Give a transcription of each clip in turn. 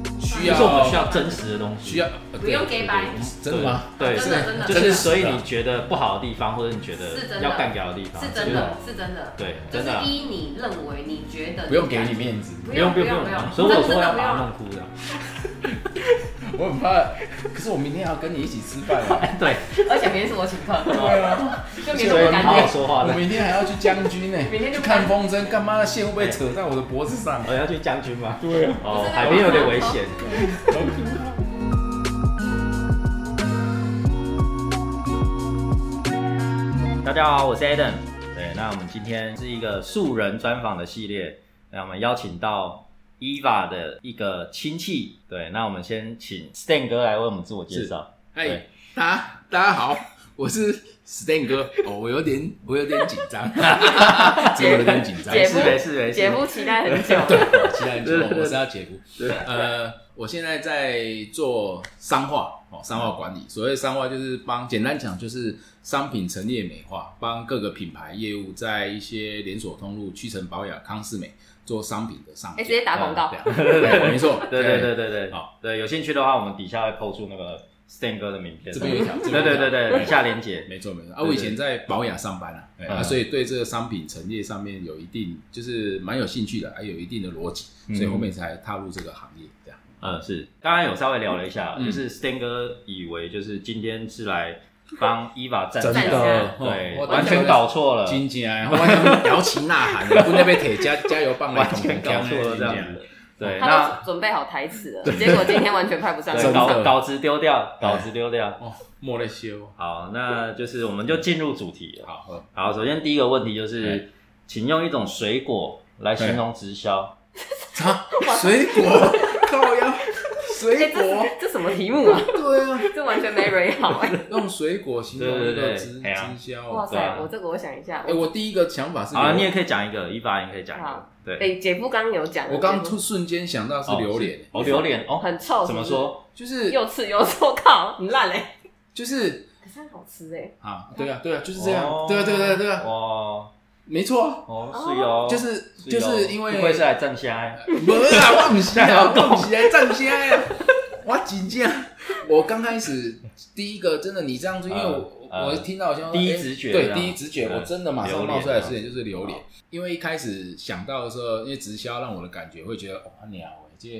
我们需啊要真实的东西，需要呃不用对 gay 白，真的吗？对，真的真的就是所以你觉得不好的地方，或者你觉是得真的要干掉的地方，是真的，是真的，就是，对，就真是的啊依你认为你觉得不用给你面子，不不用用不不用不用不用用，所以我说真的要不把用它弄哭的啊，我很怕。可是我明天要跟你一起吃饭啊， 对，而且没什么情 况，对啊，就没所什么以我们感 好好觉。说话我的，明天还要去将军呢，明天就去看风筝，干嘛的线会不会扯在我的脖子上？我哦要去将军吗？对啊，哦不是，海边有点危险。大家好，我是 Adam。对，那我们今天是一个素人专访的系列，那我们邀请到 Eva 的一个亲戚。对，那我们先请 Stan 哥来为我们自我介绍。哎对，大家大家好，我是 Stan 哥。哦，我有点我有点紧 张，真的有点紧张。姐没夫事没事没姐事。夫期待很久，对，我期待很对对久，对我是他姐夫。对呃，我现在在做商化哦，商化管理。所谓商化就是帮，简单讲就是商品陈列美化，帮各个品牌业务在一些连锁通路、屈臣、保雅、康士美做商品的上哎，直架。接打广告，对，没错， 对对对对对，好，对有兴趣的话，我们底下会抛出那个 Stan 哥的名片，这边有一条这对边有一对条对对，底下连接。没错没错，啊，对对我以前在保雅上班啊，对啊，嗯所以对这个商品陈列上面有一定，就是蛮有兴趣的，还有一定的逻辑，嗯所以后面才踏入这个行业，这样。嗯，是，刚刚有稍微聊了一下，嗯就是 Stan 哥以为就是今天是来帮 Eva 站真台的哦对，我完全搞错了，金姐啊，我讲摇旗呐 喊，不那边铁加加油棒来完捅全捅搞锵错了这样子。对，那他都准备好台词了，结果今天完全派不上哎对真用。的稿稿子丢掉，稿子丢掉。哦，莫内修， 好，那就是我们就进入主题了。好喝，好，首先第一个问题就是对，请用一种水果来形容直销。啥水 果，靠腰，哎，水果，这这什么题目啊？对啊，这完全没蕊 好哎！用水果形容一个直对对对哎呀直销哇哦。对塞啊，我这个我想一下，哎，我第一个想法是好，啊你也榴，可以讲一个，Eva 你可以讲一好个。对，哎，姐夫刚刚有讲，我刚姐夫突瞬间想到是哦榴莲，哦，榴莲哦，很臭，怎么是不是？说？就是又刺又臭， 靠，你烂嘞！就是可是很好吃哎，啊，对啊，对啊，就是这样，哦对啊，对啊，对啊，对啊，哇，没错啊，哦，是哦，就是就哦是因为不愧是来站哎虾，没啦，我唔是还要啊，讲我唔是来站虾呀，我真正，我刚开始第一个真的你这样做，因为我嗯我听到好像哎第一直觉对这样第一直觉，嗯我真的马上冒出来的事情就是榴榴莲莲，因为一开始想到的时候，因为直销让我的感觉会觉得哇鸟哎，这个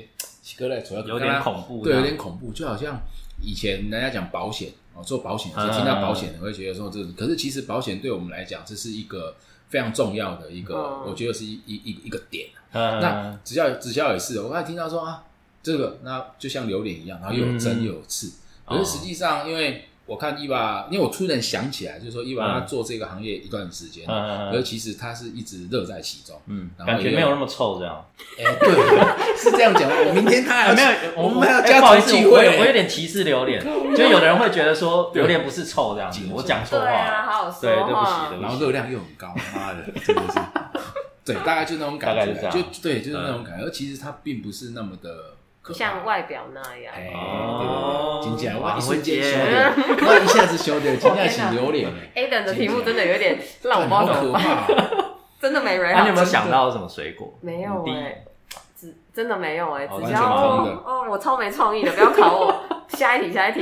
哥来主要有点恐怖，呃对，有点恐怖，就好像以前人家讲保险哦，做保险的时嗯候听到保险，你会觉得说这，可是其实保险对我们来讲，这是一个非常重要的一个，嗯我觉得是一一一一个点。嗯。那那直销直销也是，我刚才听到说啊，这个那就像榴莲一样，然后又有嗯针又有刺，可是实际上因为。我看伊娃，因为我突然想起来，就是说伊娃嗯他做这个行业一段时间，嗯嗯嗯可是其实他是一直乐在其中。嗯，然后感觉也没有那么臭这样。 哎，对， 是这样讲。我明天他还啊，要 没有，我们还有哎家不好意族思，聚我会有嘞，我有点歧视 榴莲，就有的人会觉得说榴莲不是臭这样子，对我讲错对话啊，了，好好说对，对不起话，对然不后起。热量又很高，妈的，真的是，对，大概就那种感 大概是这觉，样嗯就对，就是那种感觉。而其实它并不是那么的可不怕像，外表那样。哎，哦对对对，金姐，哇哇，一瞬会间接修炼， 哇，一下子修炼，金姐天哪请榴莲， Aden 的题目真的有 点让我不知道好怎可么办，怕，真的没人那好啊哎你有没有吃想到什么水果？ 没有第一哎，只真的没有哎，哦只完要全空的哦，哦我超没创意的，不要考我。 下一题，下一题，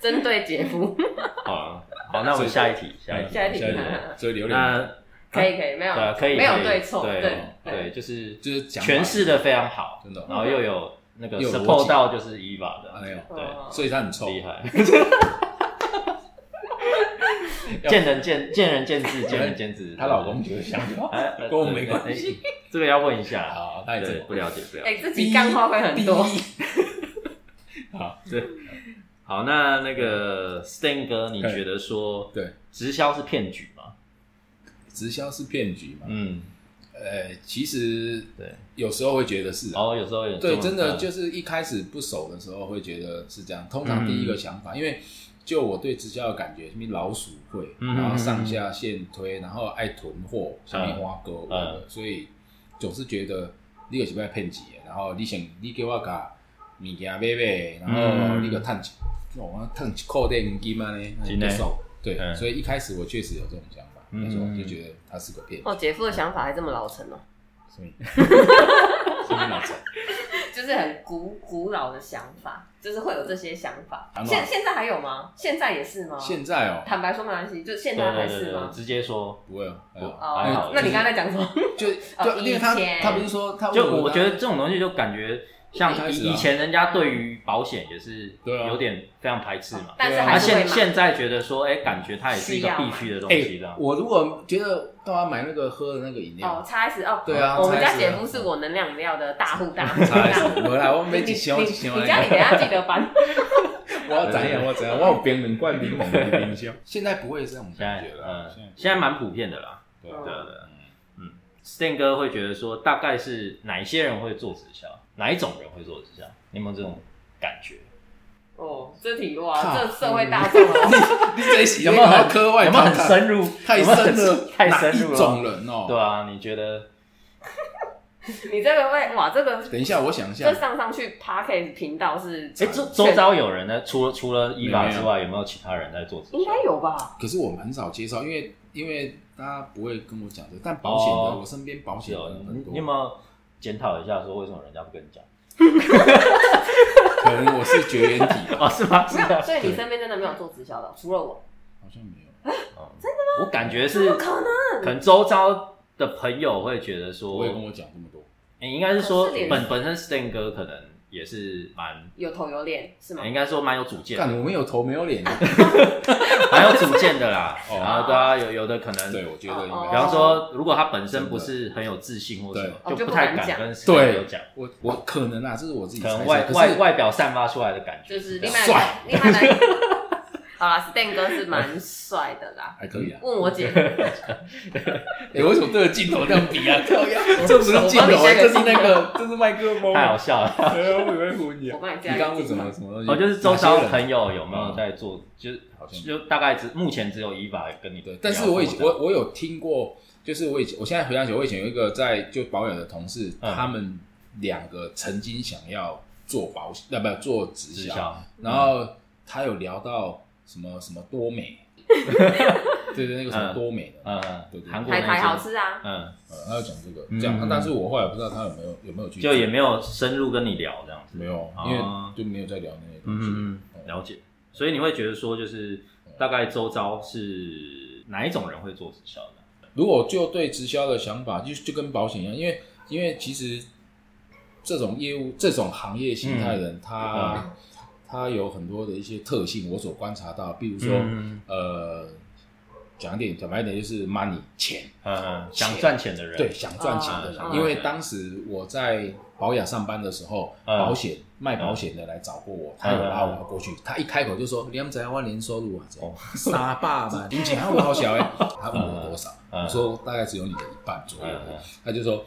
针对姐 夫，好啊，好，那我们下一题，下一嗯题。下一题所以榴莲那可以可以，没有对啊，可以，没有可以对错，对对对，就是就是讲法诠释的非常好，真的然后又有那个又有逻辑 support 到就是 Eva 的，哎呦哦对，所以它很臭，厉害。 见仁见见仁见智，见仁见智。 她老公觉得香蕉， 哎，哎跟我没关系，哎这个要问一下。 好，那也对，这不了解，不了解。哎，自己干话会很多。 好，好，那那个 Stan 哥，你觉得说对，直销是骗局吗？直销是骗局嘛？嗯，呃，其实对。有时候会觉得是啊然后哦有时候有呃对，真的就就是一开始不熟的时候会觉得是这样。通常嗯第一个想法，因为就我对直销的感觉，什么老鼠会，嗯然后上下线推，然后爱囤货，什么花哥，嗯所以总是觉得你个是不要骗钱，然后你想你给我个物件买买，然后嗯你个趁一，哦我趁一块钱金啊嘛呢，真的不熟。对，嗯所以一开始我确实有这种想法，嗯那时候就觉得他是个骗子，哦，姐夫的想法还这么老成哦，所以所以老陈 就是是很古古老的想法，就是会有这些想法啊。现现在还有吗？现在也是吗？现在哦、坦白说没关系，就现对在对还对是对，吗？直接说，不会哦、还好还哦好，那你刚才在讲什么？就哦就因为他以前他不是说他就问我他觉得这种东西就感觉像一开始以啊以前人家对于保险也是对啊有点非常排斥嘛，但是对啊他还是会现买。现在觉得说，哎，感觉它也是一需个要必嘛须的东哎、西这样。我如果觉得到他买那个喝的那个饮哦料，，叉 S 哦，对啊我们叉 S 家姐夫是我能量饮料的 大户大户查一大下， 户。我来，我你没你几千，我几千，我你家里等一下记得搬。 我要怎样，我要怎样，我有冰冷罐柠檬的冰箱。 现在不会这种现感在觉啊了嗯，，现在蛮普遍的啦。对啊对嗯对对，嗯，Stan 哥会觉得说，大概是哪一些人会做直销，哪一种人会做直销？你有没有这种感觉？哦，这题哇，靠这社会大众哦，你这一期有有没没有有很科外有没有探很探？深入？太有没有深很了，太深入哪一了。种人哦。对啊，你觉得？ 你这个会哇，这个等一下，我想一下这，上上去 p a r k e 频道是哎，周周遭有人呢？除了除了伊娃之外，有没有其他人在做直销？应该有吧？可是我们很少介绍，因为因为大家不会跟我讲这个，但保险的，哦我身边保是险的哦人，很你你有多，没有检讨一下，说为什么人家不跟你讲？可能我啊是绝缘体吧， 哦，是吗？是没有，的，所以你身边真的没有做直销的，除了我，好像没有，真的吗？我感觉是不可能。可能周遭的朋友会觉得不会跟说，我讲这么多。你应该是说可是你本本身 Stan 哥可能也是蛮，有头有脸是吗？应该说蛮有主见的，干，我们有头没有脸，蛮有主见的啦。 哦然后对啊，有有的可能，对，我觉得应比哦该方是。说，如果他本身不是很有自信或什么，对就哦就不不太敢敢讲跟 Stan 哥对讲，，我我可能啊，这是我自己可猜能测外可是外外表散发出来的感觉就是这另样外帅另外来， 好啦 s t a n 哥是蛮帅的啦。还可以啊。问 我姐，哎，为什么这个镜头这样比啊？ 靠呀，这不是镜我帮你头啊，下一这个是那 个，这是麦克风。太好笑了。哎呀我以为唬你啊我。帮你你加刚一刚问个什镜头么什么东西？哦，就是周哪遭些人嗯朋友有没有在做？就是好像就大概只目前只有伊娃跟你对，但是我以前聊过我我有听过，就是我以前我现在回想起来，我以前有一个在就保养的同事，嗯他们两个曾经想要做保险，呃，不做直直销，销，然后他有聊到什么什么多美， 对对，那个什么多美的，嗯，对对韩国海苔那好间，吃啊，嗯，呃，他有讲这个嗯这样，但是我后来不知道他有没有有没有去，就也没有深入跟你聊这样子，没有，因哦为就没有在聊那些东西。嗯，嗯嗯，了解。所以你会觉得说，就是大概周遭是哪一种人会做直销的？如果就对直销的想法，就就跟保险一样，因为因为其实这种业务、这种行业形态的人，嗯啊他他有很多的一些特性，我所观察到，比如说、嗯呃，讲一点讲白一点，就是 money 钱，嗯，想赚钱的人，对，，想赚钱的人。啊因为当时我在保雅上班的时候，嗯保险卖保险的来找过我，他有拉我过去，他一开口就说：“你们知道我年收入啊？这样嗯哦傻爸 嘛，你钱还我好小哎。”他问我多少，嗯我说大概只有你的一半左右嗯嗯。他就说。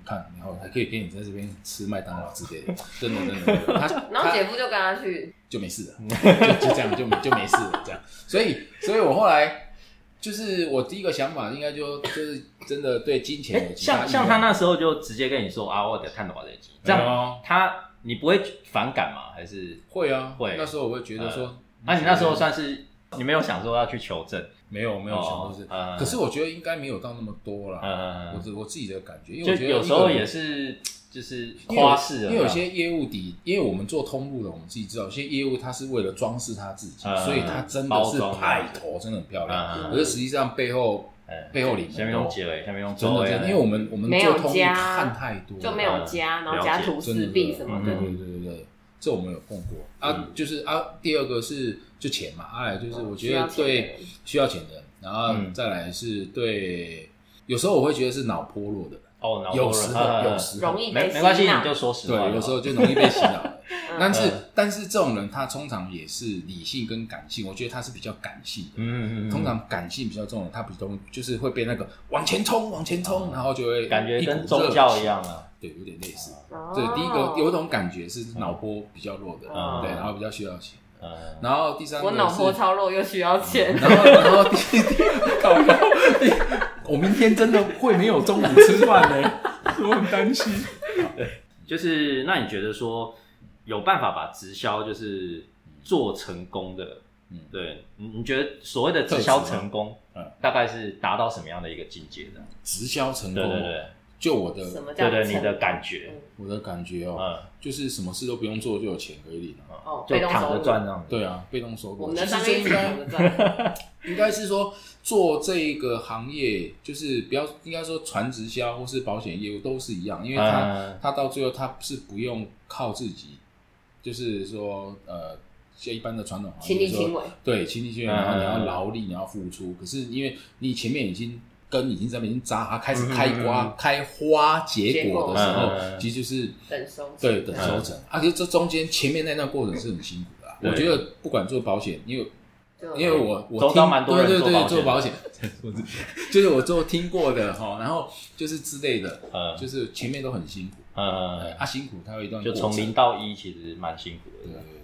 你看，然后还可以给你在这边吃麦当劳之类的，真的真的真的。他 然后他姐夫就跟他去，就没事了， 就就这样就就没事了，这样。所以，所以我后来就是我第一个想法，应该就就是真的对金钱哎，有极大像依像赖他那时候就直接跟你说啊，我得看到我这集，这没有样啊他你不会反感吗？还是？会啊会那时候我会觉得说，那你那时候算是你没有想说要去求证？没有没有想过是哦，嗯可是我觉得应该没有到那么多啦。嗯我自我自己的感觉，因为就我觉得有时候一个也是就是因为有花式了，因为有些业务底，因为我们做通路的，我们自己知道，有些业务他是为了装饰他自己，嗯所以他真的包是装派头真的很漂亮，嗯可是实际上背后嗯背后里面下面用结尾，下面用啊真周的围真的，因为我们我们没做有通路加看太呃多了，就没有加，然后加图真的四壁什么对的嗯。对对对对，这我们有碰过啊嗯，就是啊，第二个是就钱嘛，哎，就是我觉需得要钱的对人需要钱的人，然后嗯再来是对，有时候我会觉得是脑波弱的人，哦，脑波有时候嗯有时候容易没被没关系，吸纳你就说实对话就好，，有时候就容易被洗脑。嗯但是嗯但是这种人他通常也是理性跟感性，我觉得他是比较感性的。嗯，嗯嗯，通常感性比较重的，他比较就是会被那个往前冲，往前冲，然后就会哦感觉一股跟宗教热一情，样啊，对，有点类似。哦对，第一个有一种感觉是脑波比较弱的，嗯对，然后比较需要钱。嗯，然后第三个我是，嗯脑波超弱，又需要钱，然后然后第第搞不好第 我明天真的会没有中午吃饭 呢，我很担心。就是那你觉得说有办法把直销就是做成功的？嗯对，你你觉得所谓的直销特质吗成功嗯，大概是达到什么样的一个境界呢？哦直销成对功，哦对对，就我的什么叫对对，蹭你的感觉，嗯我的感觉哦，嗯，就是什么事都不用做就有钱可以领啊。哦，就被动躺收着入。赚嗯这样子。对啊，被动收入。我们的其实上这面一应直该躺着赚， 应该是说做这个行业，就是不要应该说传直销或是保险业务都是一样，因为它、嗯，它到最后它是不用靠自己，就是说呃，像一般的传统行亲业力说亲为，对，亲力亲为，然后你嗯要劳力，你要付出。可是因为你前面已经根已经在那边扎，它开始开瓜、嗯嗯嗯开花结果的时候，结果嗯嗯嗯其实就是等收成对等收成。啊，其实这中间前面那段过程是很辛苦的啊、对我觉得不管做保险，因为就因为我我周听遭蛮多人对对对做做保保 险，就是我做听过的哈，然后就是之类的，嗯就是前面都很辛苦。嗯，啊，辛苦它有一段就过从程零到一其实蛮辛苦对对的。对。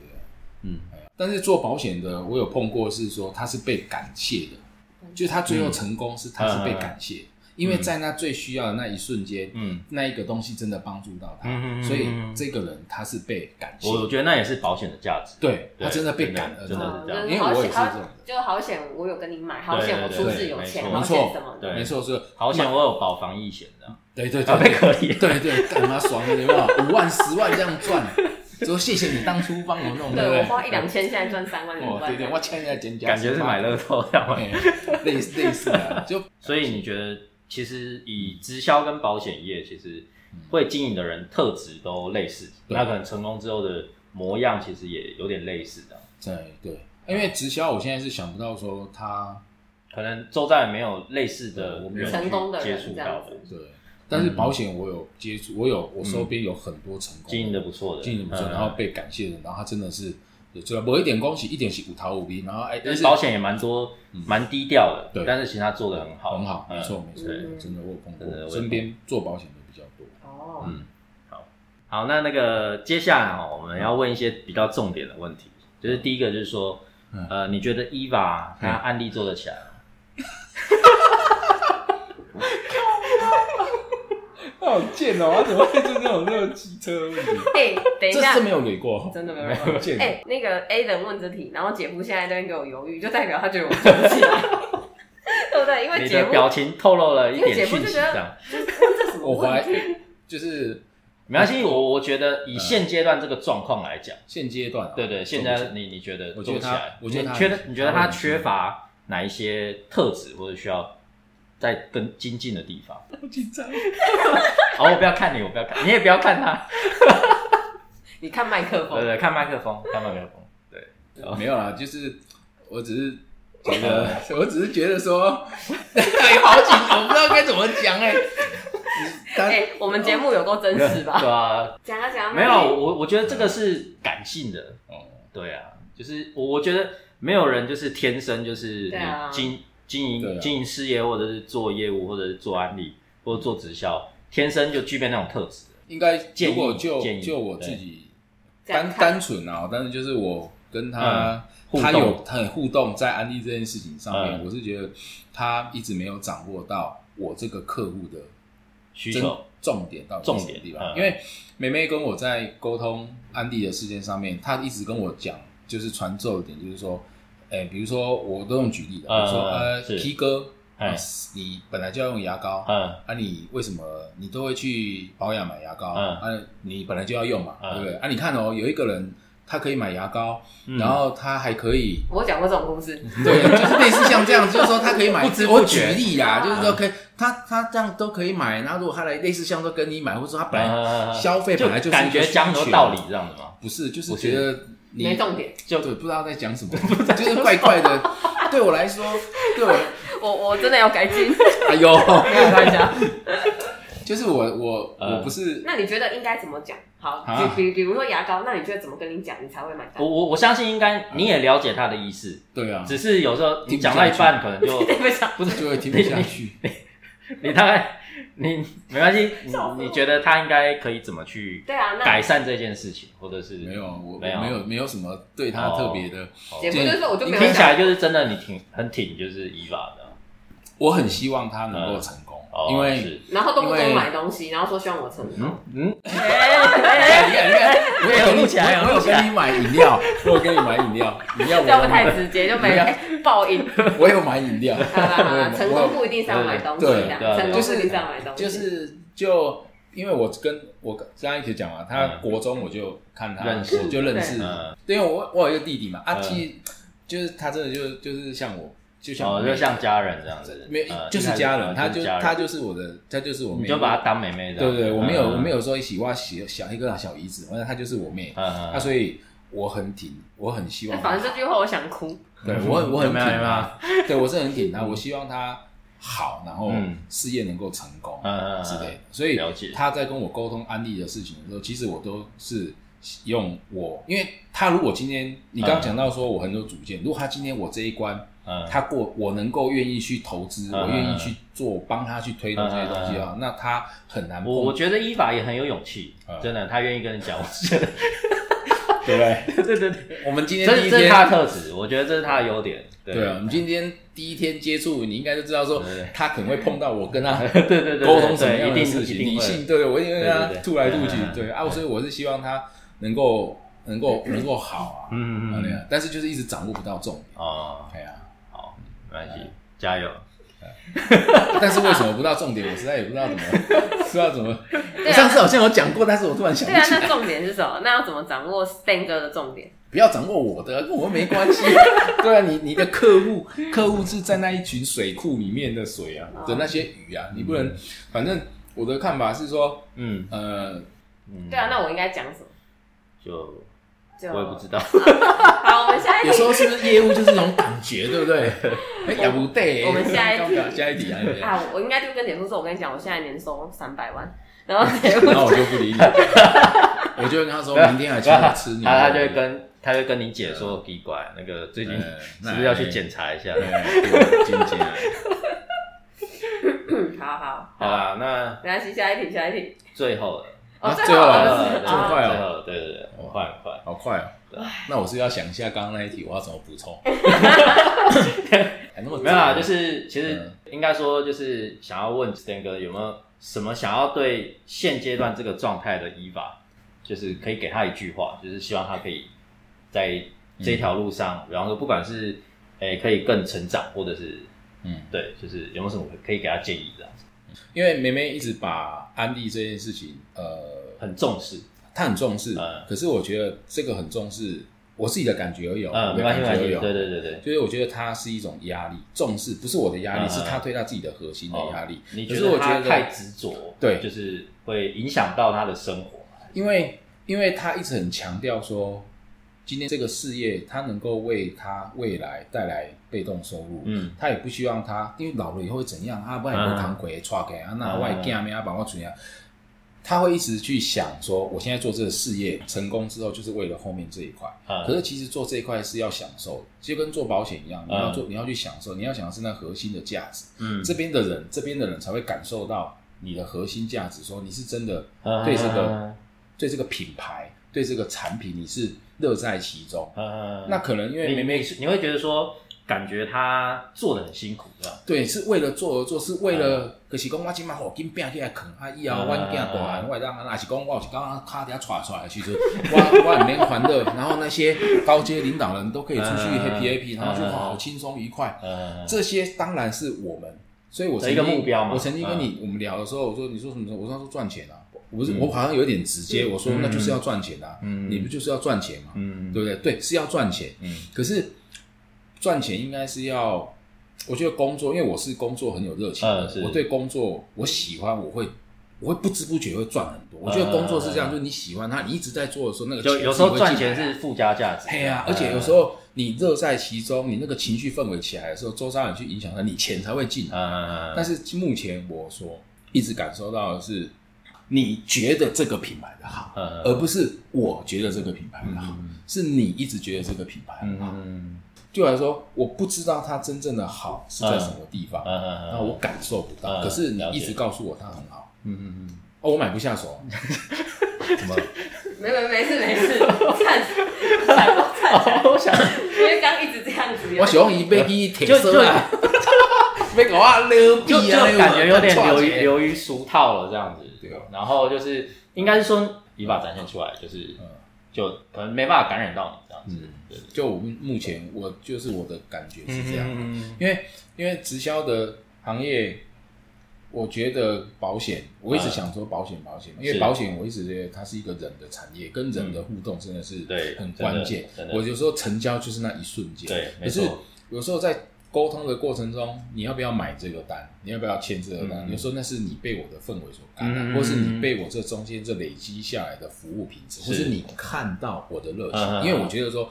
嗯，但是做保险的，我有碰过是说他是被感谢的，就是他嗯最后成功是他是被感谢，因为在他最需要的那一瞬间，嗯，那一个东西真的帮助到他，嗯嗯嗯嗯所以这个人他是被感谢，我我觉得那也是保险的价值。对对他真的被感恩，真的哦是这就样因是为好我也险是这种人就好险，我有跟你买，好对险对我对出自对有没钱，错好哦险什么对的，没错，是，好险我有保防疫险的，对对对啊，被对可 以。对对，干嘛爽的有没有？五万十万这样赚，说谢谢你当初帮我弄，不对对？我花一两，千，现在赚三万五哦，万，对对，我欠人家减价，感觉是买乐透这样吗哎，类似类似的，就所以你觉得，其实以直销跟保险业，其实会经营的人特质都类似，对那可能成功之后的模样其实也有点类似的。对对，因为直销我现在是想不到说他可能周遭也没有类似的我没有人成功的去接人触这到样的，子，对，但是保险我有接触，我有我嗯周边有很多成功经营的不错的，经营不错，嗯然后被感谢的，然后他真的是有最后某一点恭喜，一点是五桃五兵，然后哎，就但是是嗯保险也蛮多，蛮低调的，对但是其实他做的很好，很好，嗯没错没错，嗯真的我有碰真的我有过，碰身边做保险的比较多，哦，嗯好，那那个接下来哦，我们要问一些比较重点的问题，就是第一个就是说嗯，呃，你觉得伊娃她案例做得起来吗？ 好贱哦，他怎么会做这种那么机车的问题？哎，等 一这下是，没有捋过，哦真的没有没人有见过哎、那个 A 人问这题，然后姐夫现在在那边给我犹豫，就代表他觉得我 做不起来，对不 对？因为你姐的夫表情透露了一因为点姐夫讯就息，觉得这样问这什么我怀问题？疑就是没关系。嗯我我觉得以现阶段这个状况来讲，现阶段啊，对对，现在你你觉得我觉做得不起来他，我觉得你他缺很得你觉得他他很缺乏哪一些特质，或者需要再更精进的地方？ 好紧张。好，我不要看你，我不要看，你也不要 看他，你看麦克哦对风，对，看麦克风，看麦克风，对，啊没有啦，就是我只是觉得，我只是觉得说，哎，好紧，我不知道该怎么讲哎、哎、但我们节目有够真实吧？ 对啊，讲啊讲啊，没有，我我觉得这个是感性的，哦，对啊，就是我我觉得没有人就是天生就是对啊你经经对营啊经营事业，或者是做业务，或者是做案例，或者做直销，天生就具备那种特质。应该建如议果就建议就我自己这样单看单纯啊，但是就是我跟他、嗯他互动有很互动在安利这件事情上面，嗯我是觉得他一直没有掌握到我这个客户的需真求，重点到底是什么地重点方？嗯因为梅梅跟我在沟通安迪的事件上面，她一直跟我讲，就是传授的点，就是说，哎、比如说我都用举例的，嗯比如说呃是，P 哥，哎啊你本来就要用牙膏，嗯啊，你为什么你都会去保养买牙膏？嗯啊，你本来就要用嘛，嗯对不对？啊，你看哦，有一个人他可以买牙膏，嗯然后他还可以我讲过这种故事，对， 就是类似像这样，就是说他可以买，不知不我举觉例啦，就是说可以，他他这样都可以买。然后如果他来类似像都跟你买，或者说他本来呃消费本来就是一个感觉讲需很多求道理这样子嘛，不是，就是不是觉得你没重点。就 对，不知道在讲什么，就是怪怪的。对我来说，对我，我我真的要改 进， 哎呦，没有看一啊下。 就是我我呃我不是那你觉得应该怎么讲？好，啊比比比如说牙膏，那你觉得怎么跟你讲，你才会买我单？我我相信应该你也了解他的意思，对啊，只是有时候你讲到一半，可能就对不起，不是就会听不下去。你大概你没关系，你笑死我你觉得他应该可以怎么去对啊，那改善这件事情，或者是没有，我我没有哦没有没有什么对他特别的，姐夫就说我就没有听起讲，来就是真的你挺很挺，就是以法的我很希望他能够成功哦，，因为是然后动不因动为买东西，然后说希望我成功。嗯嗯，哎你看，你看，我 有跟录你起来啊我有录有起来跟你买饮料，我有跟你买饮 料，饮料我这样会有不会太买，直接，就没有、哎报应。 我有买饮料，好啦好啦，我成功不一定是要买东西对对的，对成功不一定是要买东西。就是就因为我跟我刚一直讲嘛，他嗯国中我就看他，认识我就认识，嗯因为我我有一个弟弟嘛，啊，嗯其实就是他真的就就是像我，就像我哦，妹就像家人这样子，没有呃就是家人，他就家人他就是我的，他就是我妹，你就把她当妹妹这对样对子，嗯对，我没有我没有，有说一起挖小小一个小姨子，反正她就是我妹，嗯嗯啊，所以我很挺，我很希望她，哎反正这句话我想哭，对我很我很挺有没有有没有她，对我是很挺她，我希望她好，然后嗯事业能够成功，嗯嗯嗯之类的。所以了解他在跟我沟通安利的事情的时候，其实我都是用我，因为他如果今天你刚刚讲到说我很多主见，如果他今天我这一关嗯，他过，我能够愿意去投资，嗯我愿意去做，帮他去推动这些东西啊，那他很难我我碰，觉得依法也很有勇气嗯，真的，他愿意跟你讲，我 觉得对不对？对对对，我们今天这第是一这是天，他的特质，我觉得这是他的优点，对啊，我们今天第一天接触，你应该就知道说对对他可能会碰到我跟他对对对 对，沟通什么对样一的定事一情，定理会性对对，我一定会跟他对对对吐来吐去嗯嗯，嗯对啊，所以我是希望他能 够能够能够好啊，嗯嗯啊嗯对啊，但是就是一直掌握不到重点，哦，对啊，好，没关系，加油，但是为什么不到重点，我实在也不知道怎么， 不知道怎么，对我啊上次好像有讲过，但是我突然想 对不啊，起那来，重点是什么？那要怎么掌握 Stan 哥的重点？不要掌握我的，跟我没关系，对啊，你你的客户客户是在那一群水库里面的水啊的那些鱼啊，你不能，反正我的看法是说，嗯呃，嗯，对啊，那我应该讲什么？就就我也不知道，好，我们下一有题时。候是不是业务就是那种感觉，对不对？哎，也不对。我们下一题要不要下一题啊。对啊，我应该就跟姐夫说，我跟你讲，我现在年收三百万，然后姐夫然后我就不理你，我就会跟他说，明天来请我 吃牛肉。他他就会跟他会跟你姐说，奇怪，那个最近呃是不是要去检查一下？对今天啊 好好，好啦，那没关系，下一题，下一题。最后了，哦啊，最后最后了了是不是这么哦快哦最后了，对对对，很快很快。好快哦对啊！那我是要想一下刚刚那一题我要怎么补充。还那么早没有啦，就是其实嗯应该说，就是想要问 Stan 哥有没有什么想要对现阶段这个状态的依法，就是可以给他一句话，就是希望他可以在这条路上，比方说不管是诶、可以更成长，或者是嗯，对，就是有没有什么可以给他建议啊这样子，因为梅梅一直把安利这件事情，呃，很重视，她很重视嗯，可是我觉得这个很重视，我自己的感觉而已哦，嗯，我没的关系感觉而没关系，已哦对对对对，就是我觉得它是一种压力，重视不是我的压力，嗯是他对他自己的核心的压力。你可觉是我得觉他得太执着，对就是会影响到他的生活嘛，因为因为他一直很强调说，今天这个事业他能够为他未来带来被动收入，嗯，他也不希望他因为老了以后会怎样啊，不然我扛鬼抓给啊，那嗯外干没啊，把我怎样。他会一直去想说，我现在做这个事业成功之后，就是为了后面这一块。嗯可是其实做这一块是要享受的，就跟做保险一样，你要做，你要去享受，你要想的是那核心的价值。嗯这边的人，这边的人才会感受到你的核心价值，说你是真的嗯对这个、嗯对这个品牌、对这个产品，你是乐在其中。嗯那可能因为梅你你梅你会觉得说，感觉他做的很辛苦，对吧？对是为了做而做，是为哎了可是讲我今嘛好紧拼起来啃啊，以后我囝大汉，我会当啊，若是讲我有是刚刚卡底下踹出来的时阵，我我很连 环的，然后那些高阶领导人都可以出去嗯 happy happy，然后就嗯好轻松愉快。呃，这些当然是我们，所以我的曾一个经目标嘛哎我曾经跟你我们聊的时候，我说你说什么时候？我说他说赚钱啊，我不是我好像有点直接，我说嗯那就是要赚钱啊，嗯你不就是要赚钱吗？嗯对不对？对，是要赚钱，嗯可是赚钱应该是要，我觉得工作，因为我是工作很有热情的嗯是我对工作我喜欢，我会。我会不知不觉会赚很多。我觉得工作是这样，嗯就是你喜欢它，你一直在做的时候，那个就钱有时候自己会赚进来钱是呃附加价值，嗯嘿呀、而且有时候你乐在其中，你那个情绪氛围起来的时候，周遭人去影响它，你钱才会进来。呃，但是目前我所一直感受到的是，你觉得这个品牌的好，呃而嗯不是我觉得这个品牌的好，是你一直觉得这个品牌的好。嗯对我来说，我不知道它真正的好是在什么地方，呃，那我感受不到。嗯可是你一了解直告诉我它很好，嗯嗯哦，我买不下 手，怎么了？没没没事没事，看，想过看起来，嗯，我想因为刚一直这样子，我喜欢一杯一铁就丝啊， 被搞啊溜就就逼啊，感觉有点流于流。流于俗套了这样子，对啊然后就是应该是说，你把展现出来，就是嗯就可能没办法感染到你这样子嗯，对对就我们目前我嗯就是我的感觉对是这样，嗯嗯嗯因为因为直销的行业，我觉得保险，我一直嗯想说保险保险，因为是嗯保险我一直觉得它是一个人的产业，跟人的互动真的是对很真的关键真。的我有时候成交就是那一瞬间，对可没是错有时候在沟通的过程中，你要不要买这个单？你要不要签这个单？嗯有时候那是你被我的氛围所感染，嗯或是你被我这中间这累积下来的服务品质，是或是你看到我的热嗯嗯情。嗯因为我觉得说，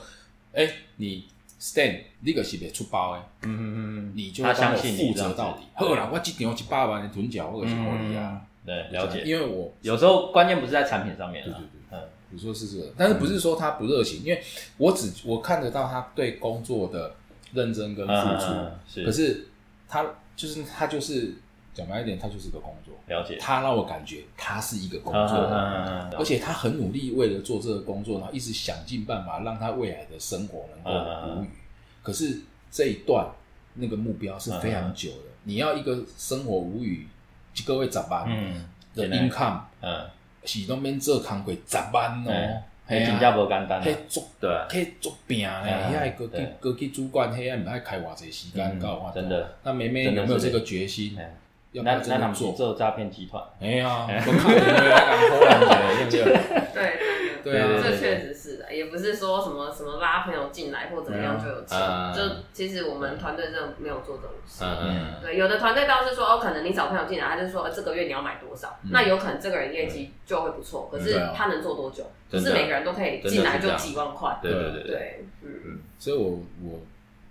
哎，你 stand 你个是别出包哎，嗯嗯嗯嗯，你就会他帮我相信你负这样责子到底。对好啦，我一张一百万的囤缴，我个是合理啊。对，嗯了解。因为我有时候关键不是在产品上面对对啊，对。嗯，你说是这个，但是不是说他不热情？因为我只我看得到他对工作的认真跟付出，嗯嗯嗯是可是他就是他就是讲白一点，他就是个工作，了解。他让我感觉他是一个工嗯作，嗯嗯嗯而且他很努力为了做这个工作，然后一直想尽办法让他未来的生活能够啊无虞。可是这一段那个目标是非常久啊的，你要一个生活无虞，各位咋办？嗯的真的 income 嗯，是拢免做工过十万哦哎，嘿嘿，啊请假不简单啊，迄足对啊迄足拼哎嘞，遐个高级对高级主管，遐个毋爱开偌济时间嗯搞法度真的。那妹妹真的有没有是这个决心？哎啊要不那要那真他的们是做？做诈骗集团，哎呀，我看你们来讲偷懒 的，对不对？对对对对啊这确实是的，也不是说什么什么拉朋友进来或怎么样就有钱，嗯就其实我们团队真的没有做这种事。嗯嗯对，有的团队倒是说，哦，可能你找朋友进来，他就说、呃、这个月你要买多少，嗯那有可能这个人业绩就会不错，可是对啊他能做多久？不真的是每个人都可以真的进来是这就样几万块。对对对对，对，嗯，所以我我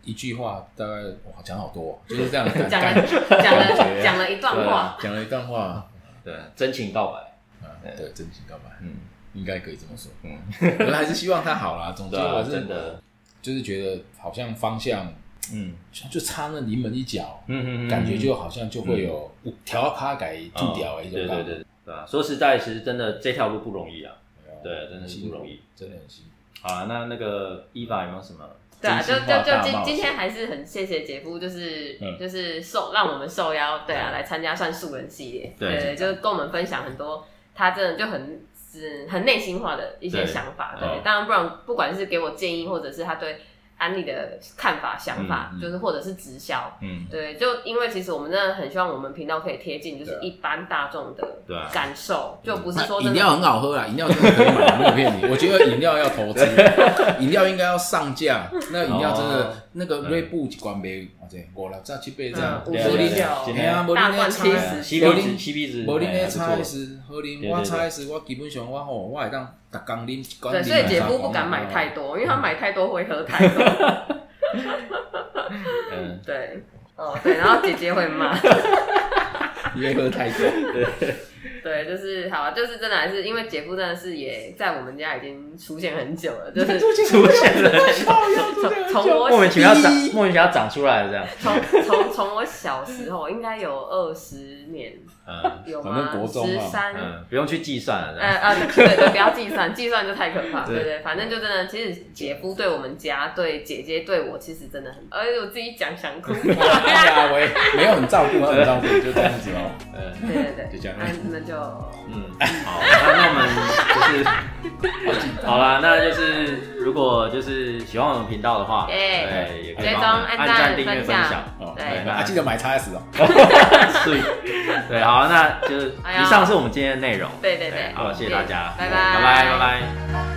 一句话大概哇讲好多哦， 就是这样感讲感了讲感了觉讲了一段对话啊，讲了一段话，对，真情告白， 啊，对，真情告白，嗯应该可以这么说。嗯， 我还是希望他好 啦。总之对啊，我真是的，就是觉得好像方向嗯就就差那临门一脚，嗯嗯，嗯嗯感觉就好像就会有有条卡改注掉的一种对感对觉，对对对啊，说实在，其实真的这条路不容易啊，对，真的是辛不苦容，易。真的很辛苦。好啊，那那个伊法有没有什么？对啊，真就心就话就大今冒今险天还是很谢谢姐夫，就是、嗯就是受让我们受邀，对啊，来参加算素人系列，对对，就是跟我们分享很多他真的就很是很内心化的一些对想法，对，嗯哦当然不然不管是给我建议，或者是他对安利的看法想法，嗯嗯就是或者是直销，嗯，对，就因为其实我们真的很希望我们频道可以贴近就是对啊一般大众的对啊感受，就不是说那饮真的料很好喝啦，饮料真的可以买，没有骗你。我觉得饮料要投资，饮料应该要上架。那饮料真哦的，那个锐步一罐杯，哇塞，五六十七八这样嗯，五对十啊对啊你对啊六今哎天呀，无你大罐那七差十啊，吸无鼻子，你吸鼻子，无你哎那还不差错的是，喝对啉对我对差的是，我基本上我吼，我会当逐工啉一罐。对，所以姐夫不敢啊买太多，嗯因为他买太多会喝太多。 嗯，对，哦对，然后姐姐会骂，因为喝太多。对，就是好，就是真的还是因为姐夫真的是也在我们家已经出现很久了，就是出现了，从从莫我名其妙长，逼莫名其妙长出来了这样，从从从我小时候应该有二十年嗯有反吗？正国中十啊三。嗯，不用去计算了这呃样，啊，对对，不要计算，计算就太可怕。对对对，反正就真的，其实姐夫对我们家、对姐姐、对我，其实真的很，而且我自己讲想哭。哎呀 喂，没有很照顾，没有很照顾，就这样子哦。嗯对对对，就这样那那就嗯，好，那那我们就是。好啦，那就是如果就是喜欢我们频道的话，耶对，也可以追踪帮我们按按赞赞、订阅、分分享享。哦，对对，啊，记得买 XS 哦。对， 对，好，那就是哎呀以上是我们今天的内容。对对对好，谢谢大家，拜拜拜拜，拜拜。拜。